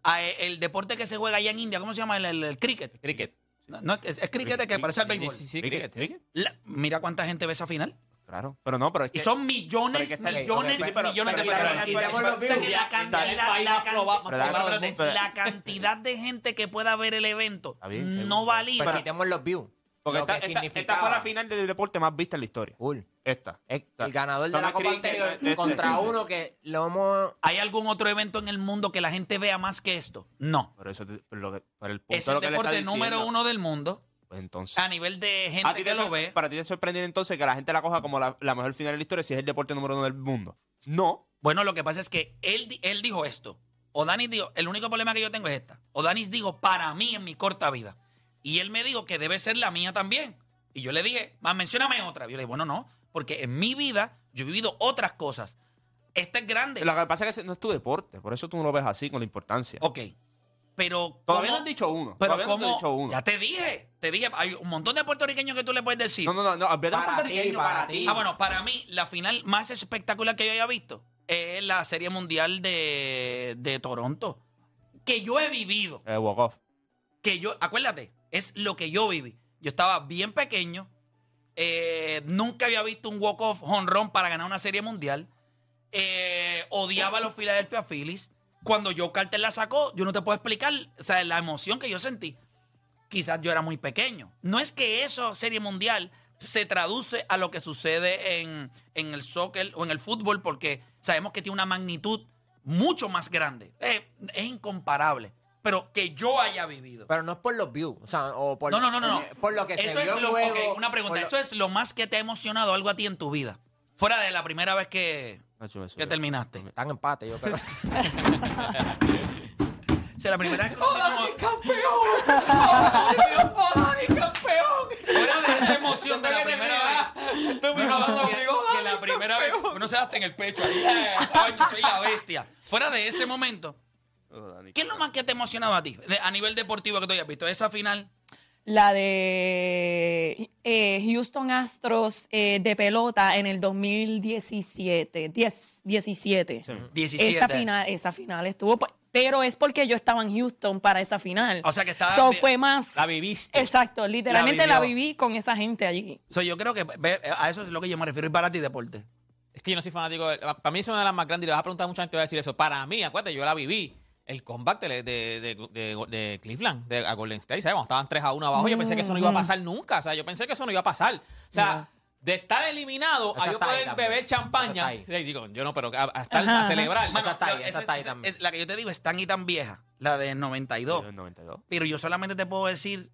Speaker 3: a, eh, el deporte que se juega allá en India, ¿cómo se llama? El, el- el cricket.
Speaker 7: Cricket.
Speaker 3: No, no, es, es cricket que parece al
Speaker 7: Sí,
Speaker 3: béisbol.
Speaker 7: sí, sí,
Speaker 2: ¿Sí que-
Speaker 7: cricket.
Speaker 2: sí que-
Speaker 3: La- mira cuánta gente ve esa final.
Speaker 2: Claro, pero no, pero es
Speaker 3: Y
Speaker 2: que...
Speaker 3: son millones,
Speaker 2: Pero que está-
Speaker 3: millones,
Speaker 2: ok, sí, pero-
Speaker 3: millones
Speaker 2: pero
Speaker 3: de
Speaker 2: que está-
Speaker 3: personas.
Speaker 2: quitemos
Speaker 3: O sea,
Speaker 2: los
Speaker 3: que
Speaker 2: virus,
Speaker 3: la
Speaker 2: ya,
Speaker 3: cantidad-
Speaker 7: está el
Speaker 3: la-
Speaker 7: país
Speaker 3: la
Speaker 7: más probado-
Speaker 3: cantidad-
Speaker 2: más
Speaker 3: espérate,
Speaker 2: probado del
Speaker 3: espérate,
Speaker 2: mundo.
Speaker 3: La cantidad de gente que pueda ver el evento
Speaker 2: Está bien, seguro.
Speaker 3: no valida.
Speaker 4: Pues quitemos los views.
Speaker 2: Porque
Speaker 4: lo
Speaker 2: esta,
Speaker 4: que
Speaker 2: esta- esta
Speaker 4: significaba.
Speaker 2: fue la final del deporte más vista en la historia.
Speaker 4: Cool.
Speaker 2: Esta.
Speaker 4: Es-
Speaker 2: O sea,
Speaker 4: el ganador
Speaker 2: no
Speaker 4: de la
Speaker 2: es
Speaker 4: Copa
Speaker 2: cricket,
Speaker 4: anterior
Speaker 2: no es-
Speaker 4: contra
Speaker 2: este-
Speaker 4: uno que lo hemos...
Speaker 3: ¿Hay algún otro evento en el mundo que la gente vea más que esto? No.
Speaker 2: Por eso, te- por lo que- por el punto
Speaker 3: Es
Speaker 2: de
Speaker 3: el
Speaker 2: lo que le está
Speaker 3: deporte número
Speaker 2: diciendo.
Speaker 3: uno del mundo
Speaker 2: Pues entonces...
Speaker 3: a nivel de
Speaker 2: ¿A
Speaker 3: gente
Speaker 2: ti
Speaker 3: que
Speaker 2: te
Speaker 3: lo
Speaker 2: sor-
Speaker 3: ve.
Speaker 2: Para ti te sorprende entonces que la gente la coja como la, la mejor final de la historia si es el deporte número uno del mundo. No.
Speaker 3: Bueno, lo que pasa es que él, di- él dijo esto. O Danis dijo, el único problema que yo tengo es esta. O Danis dijo, para mí en mi corta vida. Y él me dijo que debe ser la mía también. Y yo le dije, más mencióname otra. Yo le dije, bueno, no, porque en mi vida yo he vivido otras cosas. Esta es grande.
Speaker 2: Lo que pasa es que ese no es tu deporte, por eso tú no lo ves así con la importancia.
Speaker 3: Ok. Pero.
Speaker 2: Todavía
Speaker 3: ¿cómo-
Speaker 2: no has dicho uno.
Speaker 3: Pero
Speaker 2: Todavía no te
Speaker 3: como.
Speaker 2: he dicho uno.
Speaker 3: Ya te dije. Te dije, hay un montón de puertorriqueños que tú le puedes decir.
Speaker 2: No, no, no, no. olvídate
Speaker 4: Para
Speaker 2: del puertorriqueño,
Speaker 4: ti, para ti.
Speaker 3: Ah, bueno, para mí, la final más espectacular que yo haya visto es la Serie Mundial de, de Toronto. Que yo he vivido.
Speaker 2: Eh, walk off.
Speaker 3: Que yo, acuérdate, es lo que yo viví. Yo estaba bien pequeño. eh, nunca había visto un walk-off honrón para ganar una Serie Mundial. eh, odiaba a los Philadelphia Phillies. Cuando Joe Carter la sacó, yo no te puedo explicar o sea, la emoción que yo sentí. Quizás yo era muy pequeño. No es que eso, Serie Mundial, se traduce a lo que sucede en, en el soccer o en el fútbol, porque sabemos que tiene una magnitud mucho más grande. Eh, es incomparable. Pero que yo haya vivido.
Speaker 4: Pero no es por los views. O sea, o por,
Speaker 3: No, no, no, no. no.
Speaker 4: por lo que se
Speaker 3: Eso
Speaker 4: vio
Speaker 3: es lo,
Speaker 4: luego,
Speaker 3: ok, una pregunta.
Speaker 4: por lo-
Speaker 3: ¿Eso es lo más que te ha emocionado algo a ti en tu vida? Fuera de la primera vez que,
Speaker 2: Nacho, eso
Speaker 3: que
Speaker 2: ya.
Speaker 3: terminaste.
Speaker 4: Están en empate, yo creo.
Speaker 3: O sea, la primera vez que ¡Hola, campeón! ¡Hola, campeón! Fuera de esa emoción de la primera vez. No, no, que- que la primera vez uno se da hasta en el pecho. ahí, eh, coño, soy la bestia. Fuera de ese momento, ¿qué es lo más que te emocionaba a ti? de- a nivel deportivo que tú hayas visto. Esa final,
Speaker 5: La de eh, Houston Astros eh, de pelota en el 2017. 10, 17.
Speaker 3: 17.
Speaker 5: Esa final, esa final estuvo. pa- Pero es porque yo estaba en Houston para esa final.
Speaker 3: O sea que estaba-
Speaker 5: So, fue más.
Speaker 7: La viviste.
Speaker 5: Exacto, literalmente
Speaker 3: La
Speaker 5: la,
Speaker 3: vivió.
Speaker 5: viví con esa gente allí.
Speaker 3: So, yo creo que ve, a eso es lo que yo me refiero. Es para ti deporte.
Speaker 7: Es que yo no soy fanático. de- Para mí es una de las más grandes y le vas a preguntar a mucha gente va a decir eso. Para mí, acuérdate, yo la viví. El comeback de, de, de- de- de Cleveland de, a Golden State, ¿sabes? Cuando estaban 3 a 1 abajo, yo pensé que eso no iba a pasar nunca. O sea, yo pensé que eso no iba a pasar. O sea, de estar eliminado
Speaker 4: Eso
Speaker 7: a yo
Speaker 4: está ahí
Speaker 7: poder
Speaker 4: también.
Speaker 7: beber
Speaker 4: Eso está
Speaker 7: champaña.
Speaker 4: ahí.
Speaker 7: Eh, Digo, yo no, pero a, a estar
Speaker 5: Ajá,
Speaker 7: a
Speaker 5: ajá.
Speaker 7: celebrar.
Speaker 4: Esa está ahí,
Speaker 3: yo-
Speaker 4: esa está ahí también.
Speaker 3: es- la que yo te digo es tan y tan vieja, la de 92.
Speaker 2: 92.
Speaker 3: Pero yo solamente te puedo decir,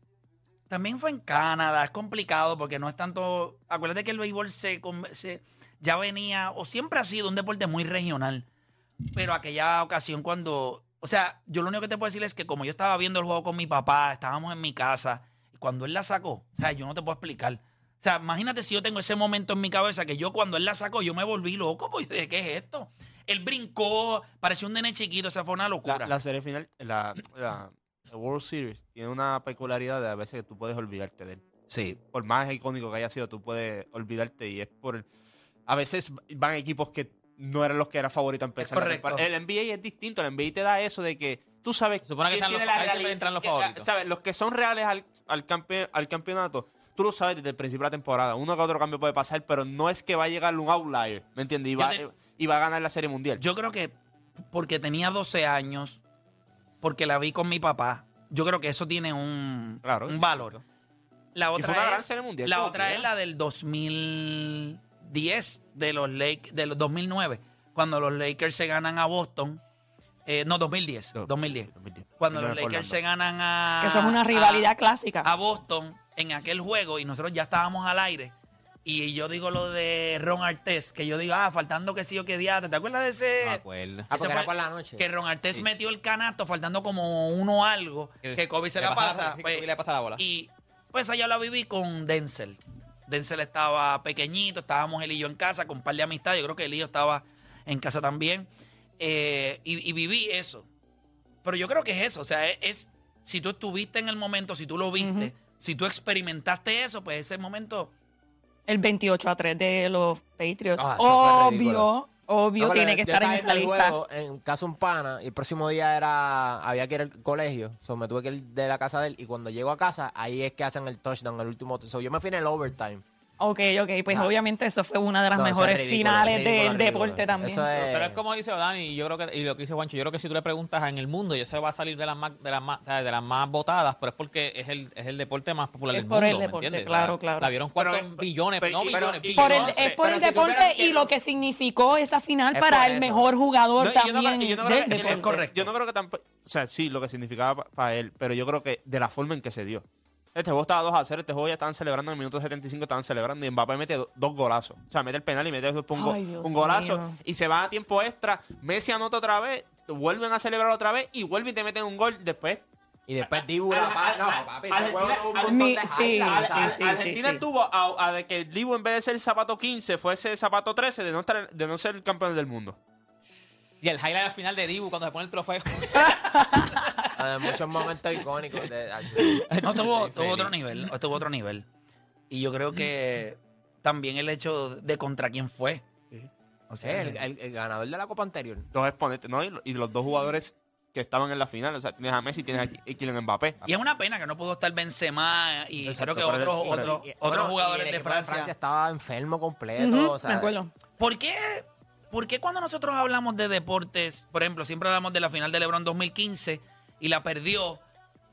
Speaker 3: también fue en Canadá, es complicado porque no es tanto... Acuérdate que el béisbol se, con- se- ya venía, o siempre ha sido un deporte muy regional, pero aquella ocasión cuando... O sea, yo lo único que te puedo decir es que como yo estaba viendo el juego con mi papá, estábamos en mi casa, y cuando él la sacó, o sea, yo no te puedo explicar. O sea, imagínate si yo tengo ese momento en mi cabeza que yo cuando él la sacó, yo me volví loco, pues de qué es esto. Él brincó, parecía un nene chiquito, o sea, fue una locura.
Speaker 2: La, la serie final, la, la, The World Series tiene una peculiaridad de a veces que tú puedes olvidarte de él.
Speaker 3: Sí.
Speaker 2: Por más icónico que haya sido, tú puedes olvidarte y es por... A veces van equipos que no eran los que era favorito a empezar. la
Speaker 3: correcto.
Speaker 2: temporada. El NBA es distinto, el NBA te da eso de que tú sabes
Speaker 7: Se supone que sean los- ahí se entran los
Speaker 2: que- ah,
Speaker 7: favoritos.
Speaker 2: ¿sabes? Los que son reales al, al, campe- al campeonato, tú lo sabes desde el principio de la temporada. Uno que otro cambio puede pasar, pero no es que va a llegar un outlier, ¿me entiendes? Y
Speaker 3: Yo
Speaker 2: va,
Speaker 3: te-
Speaker 2: y va a ganar la Serie Mundial.
Speaker 3: Yo creo que porque tenía 12 años, porque la vi con mi papá, yo creo que eso tiene un,
Speaker 2: Claro,
Speaker 3: un valor. La
Speaker 2: Y fue una
Speaker 3: otra,
Speaker 2: gran
Speaker 3: es,
Speaker 2: serie mundial,
Speaker 3: la
Speaker 2: como
Speaker 3: otra
Speaker 2: quiera.
Speaker 3: es la del 2010, de los, Lake, de los 2009, cuando los Lakers se ganan a Boston. Eh, no, 2010, 2010.
Speaker 2: 2010.
Speaker 3: Cuando los
Speaker 2: 2009 fue
Speaker 3: Lakers se
Speaker 2: Orlando.
Speaker 3: ganan a...
Speaker 5: Que eso es una
Speaker 3: a-
Speaker 5: rivalidad clásica.
Speaker 3: a Boston en aquel juego y nosotros ya estábamos al aire. Y yo digo lo de Ron Artés, que yo digo, ah, faltando que sí o que diablo. ¿Te acuerdas de ese?
Speaker 7: No me acuerdo.
Speaker 4: Ah,
Speaker 3: Ese
Speaker 4: porque
Speaker 3: fue
Speaker 4: era por la noche.
Speaker 3: Que Ron Artés metió el canasto faltando como uno algo.
Speaker 7: Que-
Speaker 3: Que Kobe se
Speaker 7: le
Speaker 3: la
Speaker 7: pasa la-
Speaker 3: pasa.
Speaker 7: sí, que
Speaker 3: pues,
Speaker 7: Kobe le pasa la bola.
Speaker 3: Y pues allá la viví con Denzel. Denzel estaba pequeñito, estábamos él y yo en casa con un par de amistades. Yo creo que el hijo estaba en casa también. Eh, y- y viví eso. Pero yo creo que es eso. O sea, es, es- si tú estuviste en el momento, si tú lo viste, si tú experimentaste eso, pues ese momento.
Speaker 5: El 28 a 3 de los Patriots.
Speaker 4: Ah, eso fue ridículo.
Speaker 5: obvio, obvio,
Speaker 4: No, pero
Speaker 5: tiene
Speaker 4: yo-
Speaker 5: que
Speaker 4: yo
Speaker 5: estar en
Speaker 4: estaba
Speaker 5: esa
Speaker 4: el
Speaker 5: lista.
Speaker 4: juego en casa de un pana y el próximo día era había que ir al colegio. So, me tuve que ir de la casa de él y cuando llego a casa ahí es que hacen el touchdown, el último. touchdown. So, yo me fui en el overtime.
Speaker 5: Ok, ok, pues obviamente eso fue una de las
Speaker 4: No, eso
Speaker 5: mejores
Speaker 4: es ridículo,
Speaker 5: finales
Speaker 4: ridículo,
Speaker 5: del
Speaker 4: ridículo.
Speaker 5: deporte también.
Speaker 4: Eso es-
Speaker 5: Eh.
Speaker 7: Pero es como dice Dani, y yo creo que, y lo que dice Juancho, yo creo que si tú le preguntas en el mundo, yo sé que va a salir de las más, de las más, o sea, de las más votadas, pero es porque es el, es el deporte más popular
Speaker 5: Es
Speaker 7: del
Speaker 5: por
Speaker 7: mundo.
Speaker 5: el
Speaker 7: ¿me
Speaker 5: deporte,
Speaker 7: entiendes?
Speaker 5: claro,
Speaker 7: O sea,
Speaker 5: claro.
Speaker 7: La vieron cuántos
Speaker 2: Pero-
Speaker 7: billones,
Speaker 2: pero-
Speaker 7: no
Speaker 2: y-
Speaker 7: millones,
Speaker 2: pero- y-
Speaker 5: por el,
Speaker 7: billones.
Speaker 5: es por
Speaker 4: pero
Speaker 5: el
Speaker 4: si
Speaker 5: deporte
Speaker 4: supieras que
Speaker 5: y lo
Speaker 4: los-
Speaker 5: que significó esa final
Speaker 4: Es
Speaker 5: para
Speaker 4: por
Speaker 5: el
Speaker 4: eso.
Speaker 5: mejor jugador
Speaker 2: No, y yo no
Speaker 5: también
Speaker 2: creo- yo no creo
Speaker 5: del
Speaker 2: que- yo no-
Speaker 5: deporte.
Speaker 3: correcto.
Speaker 2: Yo no creo que tampoco. O sea, sí, lo que significaba para él, pero yo creo que de la forma en que se dio. Este juego estaba 2 a 0, este juego ya estaban celebrando en el minuto 75, estaban celebrando y Mbappé mete do- dos golazos. O sea, mete el penal y mete después un, go-
Speaker 5: Ay, Dios
Speaker 2: un golazo
Speaker 5: mío.
Speaker 2: y se va a tiempo extra. Messi anota otra vez, vuelven a celebrar otra vez y vuelven y te meten un gol después.
Speaker 4: Y después Dibu la pa- No, papi, ese
Speaker 2: Argentina-
Speaker 4: juego tuvo un montón de
Speaker 5: Mi- sí,
Speaker 4: highlights,
Speaker 5: sí,
Speaker 4: ¿sabes?
Speaker 5: sí, sí,
Speaker 2: Argentina
Speaker 5: sí.
Speaker 2: estuvo a, a de que Dibu en vez de ser zapato 15 fuese zapato 13 de no, estar- de no ser el campeón del mundo.
Speaker 7: Y el highlight al final de Dibu cuando se pone el trofeo.
Speaker 4: Ah, Muchos momentos icónicos. de- ay,
Speaker 3: No, tuvo, tuvo
Speaker 7: Estoy feliz.
Speaker 3: otro nivel. Tuvo otro nivel. Y yo creo que también el hecho de contra quién fue. O
Speaker 4: Sí,
Speaker 3: sea,
Speaker 4: el, el- el ganador de la Copa anterior.
Speaker 2: dos exponentes, ¿no? Y, lo- y los dos jugadores que estaban en la final. O sea, tienes a Messi tienes a Ki- y Kylian Mbappé.
Speaker 3: y es una pena que no pudo estar Benzema y
Speaker 2: Exacto,
Speaker 3: creo que
Speaker 2: pero
Speaker 3: otros,
Speaker 2: es-
Speaker 3: otros,
Speaker 4: Y- y-
Speaker 3: otros
Speaker 4: bueno, y
Speaker 3: jugadores
Speaker 4: el
Speaker 3: de
Speaker 4: equipo Francia estaba enfermo completo.
Speaker 5: Ujú,
Speaker 4: o sea,
Speaker 5: me acuerdo.
Speaker 3: ¿Por qué, por qué cuando nosotros hablamos de deportes, por ejemplo, siempre hablamos de la final de LeBron 2015 y la perdió,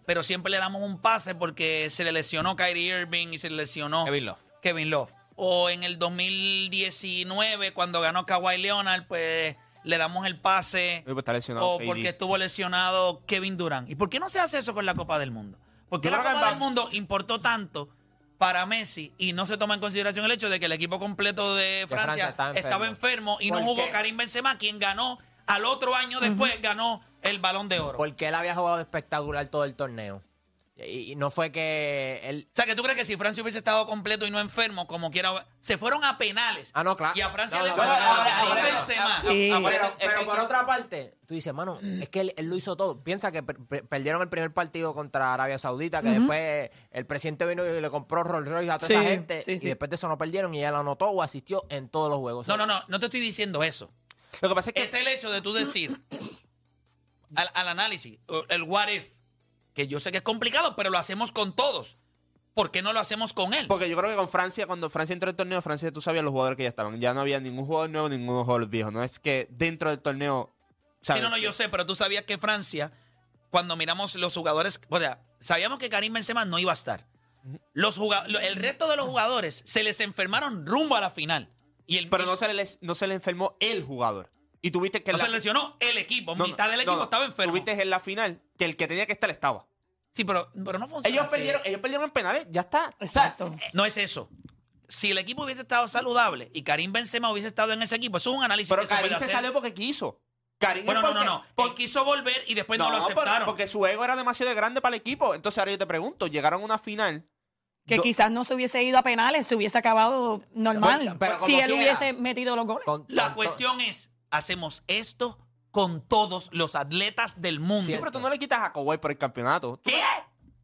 Speaker 3: pero siempre le damos un pase porque se le lesionó Kyrie Irving y se le lesionó
Speaker 7: Kevin Love.
Speaker 3: Kevin Love. O en el 2019 cuando ganó Kawhi Leonard, pues le damos el pase
Speaker 2: Uy, pues está lesionado.
Speaker 3: o
Speaker 2: KD.
Speaker 3: porque estuvo lesionado Kevin Durant. ¿Y por qué no se hace eso con la Copa del Mundo? ¿Por qué
Speaker 2: Yo
Speaker 3: la
Speaker 2: creo que
Speaker 3: Copa
Speaker 2: va-
Speaker 3: del Mundo importó tanto para Messi y no se toma en consideración el hecho de que el equipo completo de
Speaker 4: Francia
Speaker 3: Francia,
Speaker 4: estaba
Speaker 3: estaba enfermo y no
Speaker 4: ¿Por
Speaker 3: jugó
Speaker 4: qué?
Speaker 3: Karim Benzema, quien ganó al otro año después, ganó el Balón de Oro?
Speaker 4: Porque él había jugado espectacular todo el torneo. Y, y no fue que él.
Speaker 3: O sea, que tú crees que si Francia hubiese estado completo y no enfermo, como quiera, se fueron a penales.
Speaker 4: Ah, no, claro.
Speaker 3: Y a Francia
Speaker 4: No,
Speaker 3: le
Speaker 4: no,
Speaker 3: faltaba
Speaker 4: no, no, no,
Speaker 3: Karim
Speaker 4: no, no, no.
Speaker 3: Benzema.
Speaker 5: Sí.
Speaker 4: Pero, pero por otra parte, tú dices, mano, es que él, él lo hizo todo. Piensa que per- per- perdieron el primer partido contra Arabia Saudita, que después eh, el presidente vino y le compró Rolls Royce a toda esa
Speaker 5: Sí,
Speaker 4: gente.
Speaker 5: sí, sí.
Speaker 4: Y después de eso no perdieron y ella lo anotó o asistió en todos los juegos.
Speaker 3: No, no, no, no te estoy diciendo eso.
Speaker 2: Lo que pasa es que.
Speaker 3: es el hecho de tú decir al, al análisis, o el what if, que yo sé que es complicado, pero lo hacemos con todos. ¿Por qué no lo hacemos con él?
Speaker 2: Porque yo creo que con Francia, cuando Francia entró al torneo, Francia tú sabías los jugadores que ya estaban. Ya no había ningún jugador nuevo, ningún jugador viejo. No es que dentro del torneo.
Speaker 3: Sí,
Speaker 2: ¿sabes?
Speaker 3: no, no, yo sé, pero tú sabías que Francia, cuando miramos los jugadores, o sea, sabíamos que Karim Benzema no iba a estar. Los juga- lo- el resto de los jugadores se les enfermaron rumbo a la final. Y el,
Speaker 2: Pero no se, le, no se le enfermó el jugador. Y tuviste que. en
Speaker 3: no
Speaker 2: la-
Speaker 3: se lesionó el equipo,
Speaker 2: No, no,
Speaker 3: mitad del
Speaker 2: no,
Speaker 3: equipo
Speaker 2: no.
Speaker 3: estaba enfermo.
Speaker 2: Tuviste en la final que el que tenía que estar estaba.
Speaker 3: Sí, pero, pero no funciona.
Speaker 2: Ellos
Speaker 3: así.
Speaker 2: perdieron, ellos perdieron en penales, ya está. O sea,
Speaker 5: Exacto.
Speaker 3: No es eso. Si el equipo hubiese estado saludable y Karim Benzema hubiese estado en ese equipo, eso es un análisis
Speaker 2: Pero
Speaker 3: que se puede
Speaker 2: Karim se
Speaker 3: hacer.
Speaker 2: salió porque quiso. Karim es
Speaker 3: Bueno, no, no,
Speaker 2: porque-
Speaker 3: no. Él
Speaker 2: porque-
Speaker 3: quiso volver y después no, lo
Speaker 2: por-
Speaker 3: aceptaron.
Speaker 2: Porque su ego era demasiado grande para el equipo. Entonces ahora yo te pregunto, llegaron a una final.
Speaker 5: Que
Speaker 2: Do-
Speaker 5: quizás no se hubiese ido a penales, se hubiese acabado normal.
Speaker 4: Pues, Pero como
Speaker 5: si él
Speaker 4: quiera.
Speaker 5: hubiese metido los goles.
Speaker 4: Con-
Speaker 3: La
Speaker 4: con-
Speaker 3: cuestión es, ¿hacemos esto con todos los atletas del mundo.
Speaker 2: Sí, pero tú no le quitas a Kawhi por el campeonato. Tú-
Speaker 3: ¿Qué?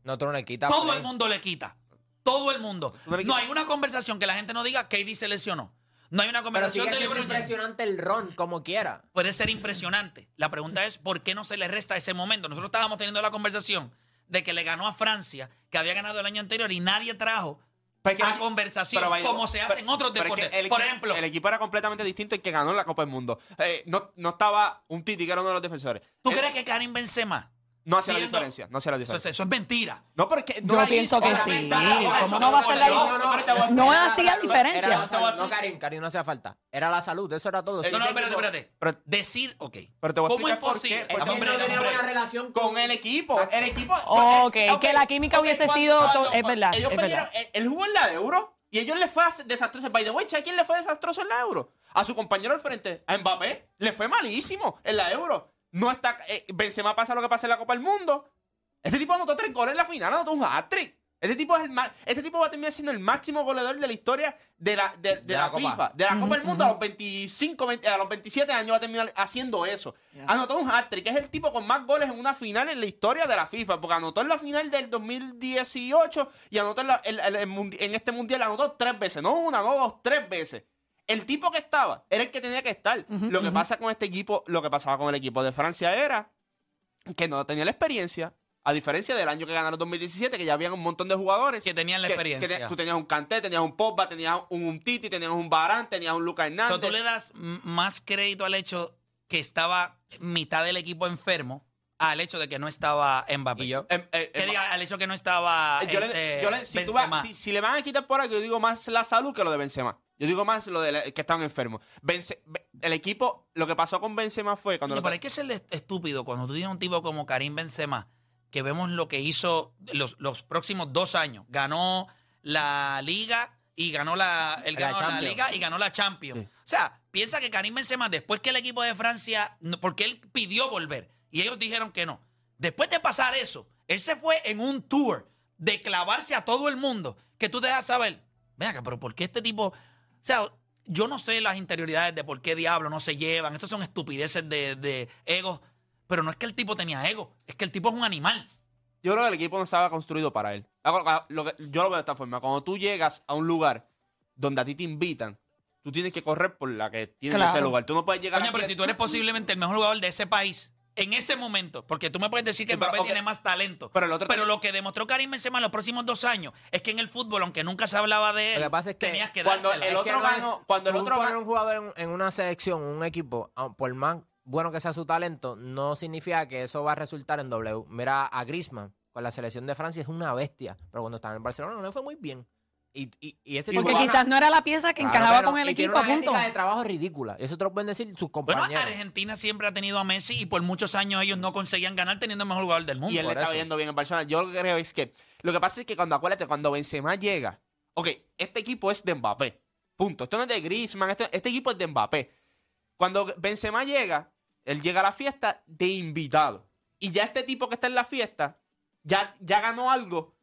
Speaker 4: Nosotros le quitamos.
Speaker 3: Todo el mundo le quita. Todo el mundo.
Speaker 2: No le quita.
Speaker 3: No hay una conversación que la gente no diga KD se lesionó. No hay una
Speaker 4: Pero
Speaker 3: conversación
Speaker 4: sigue
Speaker 3: de
Speaker 4: siendo
Speaker 3: LeBron James.
Speaker 4: impresionante el ron, como quiera.
Speaker 3: Puede ser impresionante. La pregunta es por qué no se le resta ese momento. Nosotros estábamos teniendo la conversación de que le ganó a Francia, que había ganado el año anterior y nadie trajo
Speaker 2: Porque
Speaker 3: a
Speaker 2: Pues el-
Speaker 3: conversación
Speaker 2: pero, vaya,
Speaker 3: como se
Speaker 2: pero-
Speaker 3: hace en otros
Speaker 2: pero es que
Speaker 3: deportes.
Speaker 2: el
Speaker 3: Por
Speaker 2: equi-
Speaker 3: ejemplo,
Speaker 2: El equipo era completamente distinto y que ganó la Copa del Mundo. Eh, no, no estaba un Titi, que era uno de los defensores.
Speaker 3: ¿tú
Speaker 2: Eh,
Speaker 3: crees que Karim Benzema?
Speaker 2: No hacía la
Speaker 3: siendo-
Speaker 2: diferencia. No hacía la
Speaker 3: Eso es,
Speaker 2: diferencia.
Speaker 3: eso es mentira.
Speaker 2: No, porque. No
Speaker 5: Yo
Speaker 2: hay-
Speaker 5: pienso que
Speaker 2: obviamente,
Speaker 5: sí.
Speaker 2: dale, dale,
Speaker 5: ¿Cómo
Speaker 2: dale,
Speaker 5: no va a
Speaker 2: dale, dale,
Speaker 5: ser la-
Speaker 2: dale, dale, dale,
Speaker 5: No
Speaker 2: dale,
Speaker 5: hacía
Speaker 2: dale, dale,
Speaker 5: diferencia.
Speaker 4: Era la salud. No, Karim, Karim no hacía falta. Era la salud, eso era todo. Sí,
Speaker 3: No, no,
Speaker 4: sí,
Speaker 3: espérate,
Speaker 4: equipo.
Speaker 3: espérate.
Speaker 2: Pero-
Speaker 3: Decir, ok.
Speaker 2: Pero te voy a
Speaker 3: ¿Cómo es
Speaker 2: explicar por qué,
Speaker 3: posible?
Speaker 2: porque
Speaker 4: Es que
Speaker 3: Hombre,
Speaker 4: no tenía
Speaker 3: hombre.
Speaker 4: buena relación con,
Speaker 2: Con el equipo. El equipo.
Speaker 5: Ok,
Speaker 2: eh,
Speaker 5: que la química
Speaker 2: ok,
Speaker 5: hubiese
Speaker 2: cuando-
Speaker 5: sido
Speaker 2: cuando-
Speaker 5: to- es
Speaker 2: cuando
Speaker 5: verdad,
Speaker 2: Ellos
Speaker 5: es verdad.
Speaker 2: perdieron el, el juego en la de euro y ellos les fue as- desastroso. By the way, ¿sabes quién le fue desastroso en la euro? A su compañero al frente, a Mbappé. Le fue malísimo en la euro. No está. eh, Benzema pasa lo que pasa en la Copa del Mundo. Este tipo anotó tres goles en la final, anotó un hat-trick. Este tipo, es el ma- este tipo va a terminar siendo el máximo goleador de la historia de la, de, de
Speaker 4: De
Speaker 2: la,
Speaker 4: la Copa.
Speaker 2: FIFA, de la Copa del Mundo. A los 25, 20 a los 27 años va a terminar haciendo eso. Anotó un hat-trick, es el tipo con más goles en una final en la historia de la FIFA, porque anotó en la final del 2018 y anotó en, la- el- el- el mundi- en este mundial, anotó tres veces, no una, no dos, tres veces. El tipo que estaba era el que tenía que estar. lo que pasa con este equipo, lo que pasaba con el equipo de Francia era que no tenía la experiencia. A diferencia del año que ganaron 2017, que ya habían un montón de jugadores.
Speaker 3: Que tenían la experiencia.
Speaker 2: te- tú tenías un Canté, tenías un Pogba, tenías un, un Titi, tenías un Barán, tenías un Lucas Hernández.
Speaker 3: Pero tú le das m- más crédito al hecho que estaba mitad del equipo enfermo al hecho de que no estaba Mbappé.
Speaker 4: Y yo.
Speaker 2: Em- eh,
Speaker 3: Que
Speaker 2: em-
Speaker 3: diga, al hecho que no estaba
Speaker 2: yo le-
Speaker 3: este,
Speaker 2: yo le- si, tú
Speaker 3: Benzema.
Speaker 2: vas- si- si le van a quitar por algo, yo digo más la salud que lo de Benzema. Yo digo más lo de la- que están enfermos. Benze- Be- el equipo, lo que pasó con Benzema fue cuando...
Speaker 3: Oye,
Speaker 2: lo-
Speaker 3: pero hay que ser estúpido cuando tú tienes un tipo como Karim Benzema, que vemos lo que hizo los, los próximos dos años. Ganó la Liga y ganó la, él
Speaker 4: La
Speaker 3: ganó la
Speaker 4: Champions.
Speaker 3: Liga y ganó la Champions.
Speaker 2: Sí.
Speaker 3: O sea, piensa que Karim Benzema, después que el equipo de Francia, no- porque él pidió volver y ellos dijeron que no. Después de pasar eso, él se fue en un tour de clavarse a todo el mundo, que tú te dejas saber, ven acá, pero ¿por qué este tipo? O sea, yo no sé las interioridades de por qué diablo no se llevan. Estas son estupideces de, de egos. Pero no es que el tipo tenía ego, es que el tipo es un animal.
Speaker 2: Yo creo que el equipo no estaba construido para él. Hago- lo que- Yo lo veo de esta forma. Cuando tú llegas a un lugar donde a ti te invitan, tú tienes que correr por la que tiene
Speaker 5: Claro.
Speaker 2: ese lugar. Tú no puedes llegar
Speaker 3: Coño,
Speaker 2: aquí-
Speaker 3: pero si tú eres posiblemente el mejor jugador de ese país en ese momento, porque tú me puedes decir que
Speaker 2: Sí, pero,
Speaker 3: Mbappé
Speaker 2: ok.
Speaker 3: tiene más talento.
Speaker 2: Pero el otro-
Speaker 3: lo que demostró Karim Benzema en los próximos dos años es que en el fútbol, aunque nunca se hablaba de él,
Speaker 4: Lo que pasa es que
Speaker 3: tenías que
Speaker 2: cuando
Speaker 3: dársela.
Speaker 2: el
Speaker 4: Es que
Speaker 2: otro
Speaker 4: no es-
Speaker 2: ganó- cuando el
Speaker 4: tú
Speaker 2: otro
Speaker 4: poner
Speaker 2: gan-
Speaker 4: un jugador en, en una selección, un equipo, aun por más bueno que sea su talento, no significa que eso va a resultar en W. Mira a Griezmann con la selección de Francia es una bestia, pero cuando estaba en el Barcelona no le fue muy bien. Y, y- y ese
Speaker 5: Porque
Speaker 4: tipo-
Speaker 5: quizás no era la pieza que
Speaker 4: Claro,
Speaker 5: encajaba
Speaker 4: pero-
Speaker 5: con el
Speaker 4: y tiene
Speaker 5: equipo, a
Speaker 4: una
Speaker 5: punto.
Speaker 4: ética de trabajo ridícula. Y eso te lo pueden decir
Speaker 3: Bueno,
Speaker 4: sus compañeros.
Speaker 3: Argentina siempre ha tenido a Messi y por muchos años ellos no conseguían ganar teniendo el mejor jugador del mundo.
Speaker 2: Y él le
Speaker 4: por
Speaker 2: estaba
Speaker 4: eso.
Speaker 2: yendo bien en Barcelona. Yo lo que creo es que lo que pasa es que cuando acuérdate, cuando Benzema llega, ok, este equipo es de Mbappé. Punto. Esto no es de Griezmann, este, este equipo es de Mbappé. Cuando Benzema llega, él llega a la fiesta de invitado. Y ya este tipo que está en la fiesta ya, ya ganó algo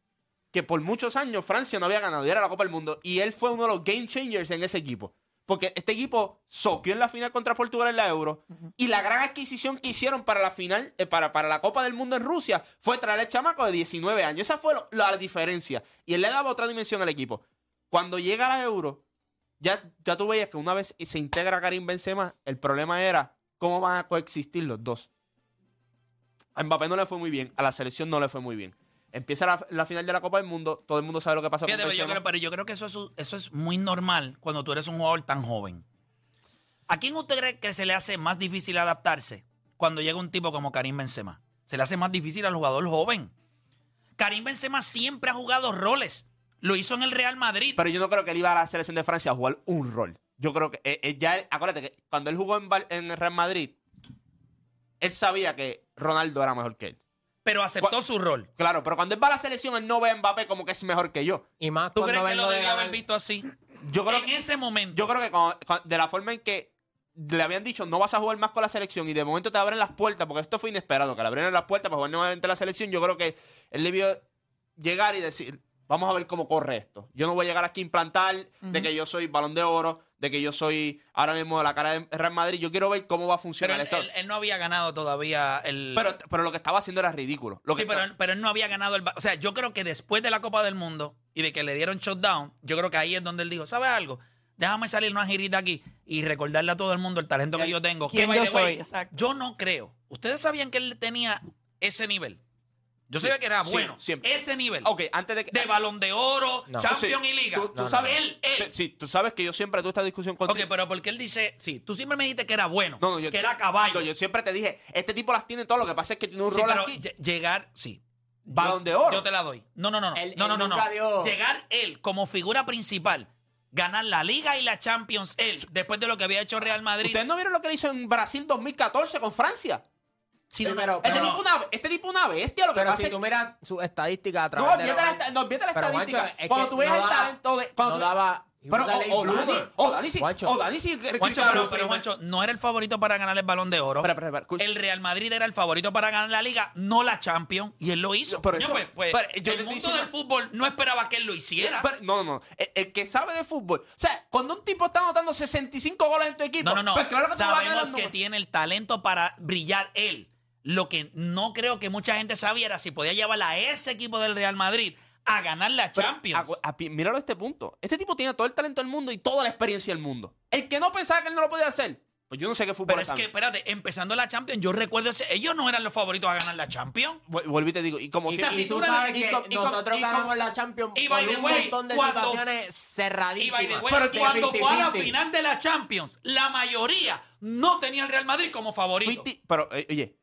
Speaker 2: que por muchos años Francia no había ganado y era la Copa del Mundo. Y él fue uno de los game changers en ese equipo. Porque este equipo soqueó en la final contra Portugal en la Euro. Y la gran adquisición que hicieron para la final, eh, para, para la Copa del Mundo en Rusia, fue traer al chamaco de 19 años. Esa fue lo- la diferencia. Y él le daba otra dimensión al equipo. Cuando llega la Euro, ya, ya tú veías que una vez se integra Karim Benzema, el problema era cómo van a coexistir los dos. A Mbappé no le fue muy bien, a la selección no le fue muy bien. Empieza la, la final de la Copa del Mundo, todo el mundo sabe lo que pasó
Speaker 3: Fíjate,
Speaker 2: con
Speaker 3: pero yo
Speaker 2: Benzema.
Speaker 3: creo, pero yo creo que eso es, un- eso es muy normal cuando tú eres un jugador tan joven. ¿A quién usted cree que se le hace más difícil adaptarse cuando llega un tipo como Karim Benzema? Se le hace más difícil al jugador joven. Karim Benzema siempre ha jugado roles. Lo hizo en el Real Madrid.
Speaker 2: Pero yo no creo que él iba a la selección de Francia a jugar un rol. Yo creo que eh, eh, ya, él- acuérdate que cuando él jugó en, Val- en el Real Madrid, él sabía que Ronaldo era mejor que él.
Speaker 3: pero aceptó
Speaker 2: ¿Cuál-
Speaker 3: su rol.
Speaker 2: Claro, pero cuando él va a la selección, él no ve a Mbappé como que es mejor que yo.
Speaker 4: Y más
Speaker 3: ¿Tú
Speaker 4: cuando
Speaker 3: crees que
Speaker 4: vengo
Speaker 3: lo
Speaker 4: de
Speaker 3: debió haber
Speaker 4: ganar-
Speaker 3: visto así?
Speaker 2: Yo creo
Speaker 3: en
Speaker 2: que,
Speaker 3: ese momento.
Speaker 2: yo creo que cuando- cuando- de la forma en que le habían dicho no vas a jugar más con la selección y de momento te abren las puertas, porque esto fue inesperado, que le abrieron las puertas para jugar nuevamente la selección, yo creo que él debió llegar y decir, Vamos a ver cómo corre esto. Yo no voy a llegar aquí a implantar de que yo soy balón de oro, de que yo soy ahora mismo la cara de Real Madrid. Yo quiero ver cómo va a
Speaker 3: Pero
Speaker 2: funcionar
Speaker 3: él,
Speaker 2: esto.
Speaker 3: él- él no había ganado todavía el.
Speaker 2: pero, pero lo que estaba haciendo era ridículo. Lo que
Speaker 3: Sí, pero, pero él no había ganado el. ba- O sea, yo creo que después de la Copa del Mundo y de que le dieron shutdown, yo creo que ahí es donde él dijo: ¿Sabes algo? Déjame salir una girita aquí y recordarle a todo el mundo el talento que yo tengo.
Speaker 5: quién
Speaker 3: Que, by
Speaker 5: yo
Speaker 3: the way,
Speaker 5: soy, exacto.
Speaker 3: Yo no creo. Ustedes sabían que él tenía ese nivel. Yo sabía que era
Speaker 2: Sí,
Speaker 3: bueno.
Speaker 2: siempre.
Speaker 3: Ese nivel.
Speaker 2: Ok, antes de que.
Speaker 3: De balón de oro,
Speaker 4: No.
Speaker 3: champion
Speaker 2: Sí,
Speaker 3: y liga.
Speaker 2: Tú, tú
Speaker 4: no,
Speaker 2: sabes,
Speaker 3: no. Él, él.
Speaker 2: Sí, tú sabes que yo siempre tuve esta discusión
Speaker 3: Ok,
Speaker 2: contigo.
Speaker 3: pero porque él dice, sí, tú siempre me dijiste que era bueno,
Speaker 2: No, no, yo-
Speaker 3: que era caballo.
Speaker 2: No, yo siempre te dije, este tipo las tiene todo, lo que pasa es que tiene un
Speaker 3: Sí,
Speaker 2: rol
Speaker 3: pero
Speaker 2: aquí.
Speaker 3: lle- llegar, sí.
Speaker 2: Balón
Speaker 3: Yo-
Speaker 2: de oro.
Speaker 3: Yo te la doy. No, no, no, no.
Speaker 4: Él-
Speaker 3: no, no,
Speaker 4: él
Speaker 3: no, no.
Speaker 4: nunca dio-
Speaker 3: Llegar él como figura principal, ganar la Liga y la Champions él, después de lo que había hecho Real Madrid.
Speaker 2: ¿Ustedes no vieron lo que le hizo en Brasil 2014 con Francia?
Speaker 3: Sí, no, no.
Speaker 4: Pero-
Speaker 2: este,
Speaker 4: pero-
Speaker 2: tipo una, este tipo una bestia, lo que
Speaker 4: Pero
Speaker 2: pasa
Speaker 4: si
Speaker 2: es
Speaker 4: tú miras sus estadísticas a
Speaker 2: No,
Speaker 4: través de
Speaker 2: olvídate
Speaker 4: los-
Speaker 2: la, esta- no, olvídate la
Speaker 4: Pero,
Speaker 2: estadística.
Speaker 4: Juancho, es
Speaker 2: cuando
Speaker 4: que
Speaker 2: tú ves
Speaker 4: no
Speaker 2: el
Speaker 4: daba-
Speaker 2: talento de. Cuando
Speaker 4: no
Speaker 2: tú-
Speaker 4: daba- he
Speaker 2: Pero,
Speaker 4: was a late
Speaker 2: o, o Dani,
Speaker 4: bloomer.
Speaker 2: o Dani sí.
Speaker 4: Juancho.
Speaker 2: O Dani sí.
Speaker 3: Juancho, pero, pero, Juancho, no era el favorito para ganar el balón de oro.
Speaker 2: Espera, espera, espera, escucha.
Speaker 3: el Real Madrid era el favorito para ganar la liga, no la Champions, y él lo hizo.
Speaker 2: Yo, pero
Speaker 3: Yo,
Speaker 2: eso-
Speaker 3: pues, pues,
Speaker 2: pero yo te
Speaker 3: el
Speaker 2: estoy
Speaker 3: mundo
Speaker 2: diciendo-
Speaker 3: del fútbol no esperaba que él lo hiciera.
Speaker 2: Pero- no, no, no. El, el que sabe de fútbol. O sea, cuando un tipo está anotando 65 goles en tu equipo.
Speaker 3: No, no, no.
Speaker 2: Pues claro que tú vas a ganar
Speaker 3: Sabemos
Speaker 2: los
Speaker 3: que
Speaker 2: números.
Speaker 3: tiene el talento para brillar él. Lo que no creo que mucha gente sabía era si podía llevar a ese equipo del Real Madrid a ganar la
Speaker 2: Pero,
Speaker 3: Champions.
Speaker 2: acu- api- míralo a este punto. Este tipo tiene todo el talento del mundo y toda la experiencia del mundo. El que no pensaba que él no lo podía hacer. Pues yo no sé qué fútbol
Speaker 3: Pero es que, espérate, empezando la Champions, yo recuerdo, ese- ellos no eran los favoritos a ganar la Champions.
Speaker 2: Vuelvo y te digo. Y como
Speaker 4: Y,
Speaker 2: siempre-
Speaker 4: y tú
Speaker 2: y-
Speaker 4: sabes
Speaker 2: y-
Speaker 4: que
Speaker 2: y- y-
Speaker 4: nosotros
Speaker 2: y-
Speaker 4: ganamos la Champions
Speaker 3: y
Speaker 4: por
Speaker 3: by the
Speaker 4: un
Speaker 3: way,
Speaker 4: montón de
Speaker 3: cuando-
Speaker 4: situaciones
Speaker 3: Y by
Speaker 4: cerradísimas.
Speaker 3: the way,
Speaker 4: De
Speaker 3: cuando fue a la
Speaker 4: 50-50.
Speaker 3: final de la Champions, la mayoría no tenía al Real Madrid como favorito.
Speaker 2: 50 pero, eh, oye,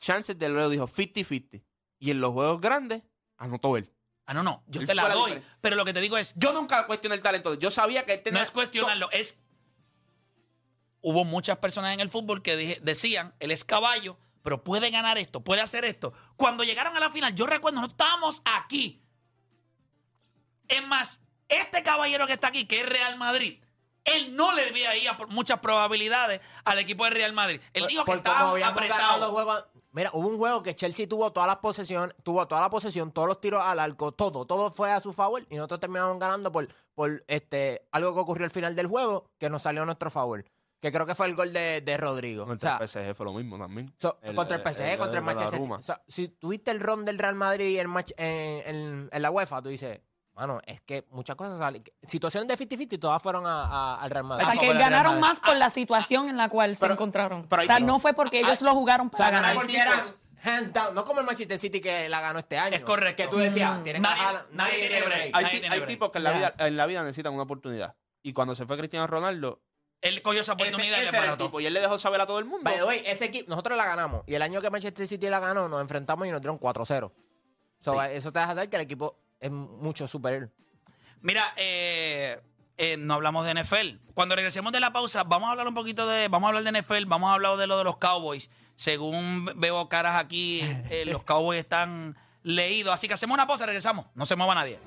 Speaker 2: Chances de Leo dijo 50-50. Y en los juegos grandes, anotó él.
Speaker 3: Ah, no, no, yo
Speaker 2: Él
Speaker 3: te la
Speaker 2: fue la
Speaker 3: doy.
Speaker 2: diferencia.
Speaker 3: Pero lo que te digo es,
Speaker 2: Yo nunca cuestioné el talento. de él. Yo sabía que él tenía.
Speaker 3: No es cuestionarlo, es. Hubo muchas personas en el fútbol que dije- decían, él es caballo, pero puede ganar esto, puede hacer esto. Cuando llegaron a la final, yo recuerdo, no estábamos aquí. Es más, este caballero que está aquí, que es Real Madrid, él no le veía ahí a por- muchas probabilidades al equipo de Real Madrid. Él dijo que
Speaker 4: Por como
Speaker 3: estaba
Speaker 4: habíamos ganado los
Speaker 3: apretado.
Speaker 4: juegos- Mira, hubo un juego que Chelsea tuvo todas las posesiones, tuvo toda la posesión, todos los tiros al arco, todo, todo fue a su favor y nosotros terminamos ganando por, por este algo que ocurrió al final del juego que nos salió a nuestro favor, que creo que fue el gol de, de Rodrigo. O sea,
Speaker 2: Contra el PSG fue lo mismo también.
Speaker 4: so-
Speaker 2: El-
Speaker 4: contra el
Speaker 2: el-
Speaker 4: PSG,
Speaker 2: el-
Speaker 4: contra el
Speaker 2: la
Speaker 4: Manchester.
Speaker 2: Roma.
Speaker 4: O sea, si tuviste el ron del Real Madrid en, Mach- en, en- en la UEFA, tú dices, mano, es que muchas cosas salen. Situaciones de 50-50 y todas fueron a- a- al Real
Speaker 5: O
Speaker 4: Madrid.
Speaker 5: sea,
Speaker 4: Ah,
Speaker 5: que
Speaker 4: por el Real
Speaker 5: ganaron
Speaker 4: Madrid.
Speaker 5: más por la situación en la cual se
Speaker 2: Pero-
Speaker 5: encontraron.
Speaker 2: pero
Speaker 5: o
Speaker 2: ahí-
Speaker 5: sea, no fue porque ellos lo jugaron
Speaker 4: O
Speaker 5: para
Speaker 4: sea, ganar
Speaker 5: ganar.
Speaker 4: porque eran hands down, no como el Manchester City que la ganó este año.
Speaker 3: Es correcto.
Speaker 4: Que tú decías, tienen
Speaker 3: Nadie-
Speaker 4: que ganar-
Speaker 3: nadie tiene break.
Speaker 2: Hay,
Speaker 3: Nadie
Speaker 2: ti-
Speaker 3: tiene
Speaker 2: hay
Speaker 3: break.
Speaker 2: tipos que en la,
Speaker 4: Ya.
Speaker 2: vida, en la vida necesitan una oportunidad. Y cuando se fue Cristiano Ronaldo,
Speaker 3: Él cogió esa
Speaker 2: ese,
Speaker 3: oportunidad
Speaker 2: ese
Speaker 3: y le
Speaker 2: era el
Speaker 3: paró todo.
Speaker 2: tipo. Y él le dejó saber a todo el mundo.
Speaker 4: By the way, ese equipo, nosotros la ganamos. Y el año que Manchester City la ganó, nos enfrentamos y nos dieron 4-0. So, Eso te deja saber que el equipo es mucho superior.
Speaker 3: Mira, eh, eh, no hablamos de NFL. Cuando regresemos de la pausa, vamos a hablar un poquito de. Vamos a hablar de NFL, vamos a hablar de lo de los Cowboys. Según veo caras aquí, eh, los Cowboys están leídos. Así que hacemos una pausa, regresamos. No se mueva nadie.